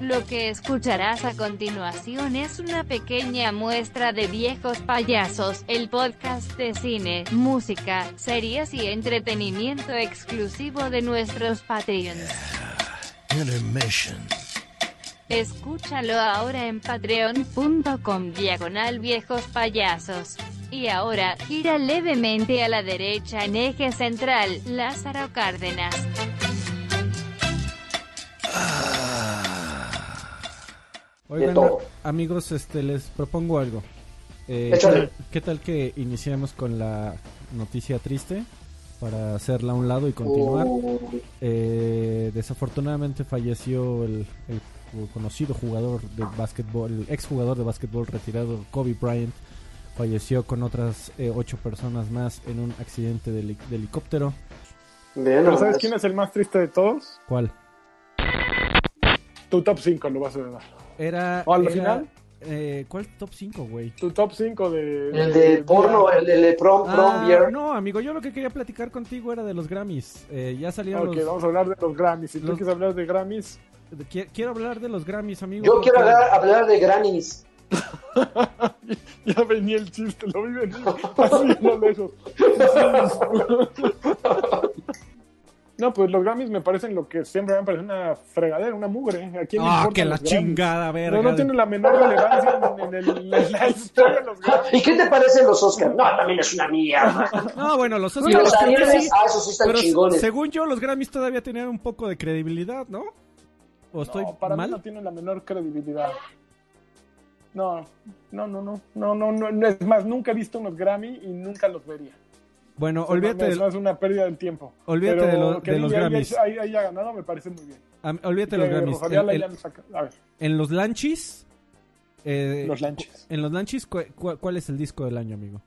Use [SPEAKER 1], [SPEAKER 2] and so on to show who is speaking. [SPEAKER 1] Lo que escucharás a continuación es una pequeña muestra de Viejos Payasos, el podcast de cine, música, series y entretenimiento exclusivo de nuestros Patreons.
[SPEAKER 2] Intermission.
[SPEAKER 1] Escúchalo ahora en patreon.com diagonal viejos payasos. Y ahora, gira levemente a la derecha en eje central, Lázaro Cárdenas.
[SPEAKER 3] Oigan,
[SPEAKER 4] todo.
[SPEAKER 3] a- amigos, este, les propongo algo. Eh,
[SPEAKER 4] Échale.
[SPEAKER 3] ¿Qué tal que iniciamos con la noticia triste para hacerla a un lado y continuar?
[SPEAKER 5] Oh.
[SPEAKER 4] Uh,
[SPEAKER 3] Eh, desafortunadamente falleció el, el ju- conocido jugador de básquetbol, ex jugador de básquetbol retirado Kobe Bryant. Falleció con otras eh, ocho personas más en un accidente de, heli- de helicóptero.
[SPEAKER 4] bien,
[SPEAKER 5] Pero
[SPEAKER 4] nomás.
[SPEAKER 5] ¿sabes quién es el más triste de todos?
[SPEAKER 3] ¿Cuál?
[SPEAKER 5] Tu top 5 lo vas a dar.
[SPEAKER 3] Era.
[SPEAKER 5] ¿O al
[SPEAKER 3] era-
[SPEAKER 5] final?
[SPEAKER 3] eh, ¿Cuál top 5, güey?
[SPEAKER 5] Tu top 5 de...
[SPEAKER 4] El de porno, el de el prom, prom
[SPEAKER 3] Ah,
[SPEAKER 4] beer.
[SPEAKER 3] no, amigo, yo lo que quería platicar contigo era de los Grammys. Eh, ya salieron
[SPEAKER 5] Ok,
[SPEAKER 3] los-
[SPEAKER 5] vamos a hablar de los Grammys. Si
[SPEAKER 3] Los-
[SPEAKER 5] tú quieres hablar de Grammys,
[SPEAKER 3] de- qui- Quiero hablar de los Grammys, amigo.
[SPEAKER 4] Yo
[SPEAKER 3] porque- Ah,
[SPEAKER 4] quiero hablar, hablar de Granis.
[SPEAKER 5] ya venía el chiste, lo vi venir así a lo lejos. No, pues los Grammys me parecen lo que siempre me han parecido una fregadera, una mugre. ¿A quién le
[SPEAKER 3] Ah,
[SPEAKER 5] importan
[SPEAKER 3] que la
[SPEAKER 5] los Grammys?
[SPEAKER 3] chingada, verga.
[SPEAKER 5] No, no tiene la menor relevancia en, en el- en la historia de los Grammys.
[SPEAKER 4] ¿Y qué te parecen los Oscars? No, también es una mierda.
[SPEAKER 3] No, Ah, bueno, los
[SPEAKER 4] Y
[SPEAKER 3] Oscars
[SPEAKER 4] los
[SPEAKER 3] creo que
[SPEAKER 4] Ariels,
[SPEAKER 3] sí,
[SPEAKER 4] ah, esos sí están
[SPEAKER 3] pero
[SPEAKER 4] chingones.
[SPEAKER 3] según yo, los Grammys todavía tenían un poco de credibilidad, ¿no? ¿O estoy
[SPEAKER 5] no, para
[SPEAKER 3] mal?
[SPEAKER 5] mí no tiene la menor credibilidad. No, no, no, no, no, no, no, no, es más, nunca he visto unos Grammy y nunca los vería.
[SPEAKER 3] Bueno,
[SPEAKER 5] O sea,
[SPEAKER 3] olvídate,
[SPEAKER 5] no,
[SPEAKER 3] de,
[SPEAKER 5] no es una pérdida del tiempo.
[SPEAKER 3] olvídate de lo-
[SPEAKER 5] que
[SPEAKER 3] de los
[SPEAKER 5] haya-
[SPEAKER 3] Grammys.
[SPEAKER 5] Ahí haya, ganado me parece muy bien.
[SPEAKER 3] am- olvídate de los
[SPEAKER 5] Que
[SPEAKER 3] Grammys.
[SPEAKER 5] Rosalía
[SPEAKER 3] En-
[SPEAKER 5] Eh, la
[SPEAKER 3] en-
[SPEAKER 5] hayan sacado. A ver,
[SPEAKER 3] en los Lanchis. eh,
[SPEAKER 5] los lanches.
[SPEAKER 3] En los Lanchis, cu- cu- ¿cuál es el disco del año, amigo?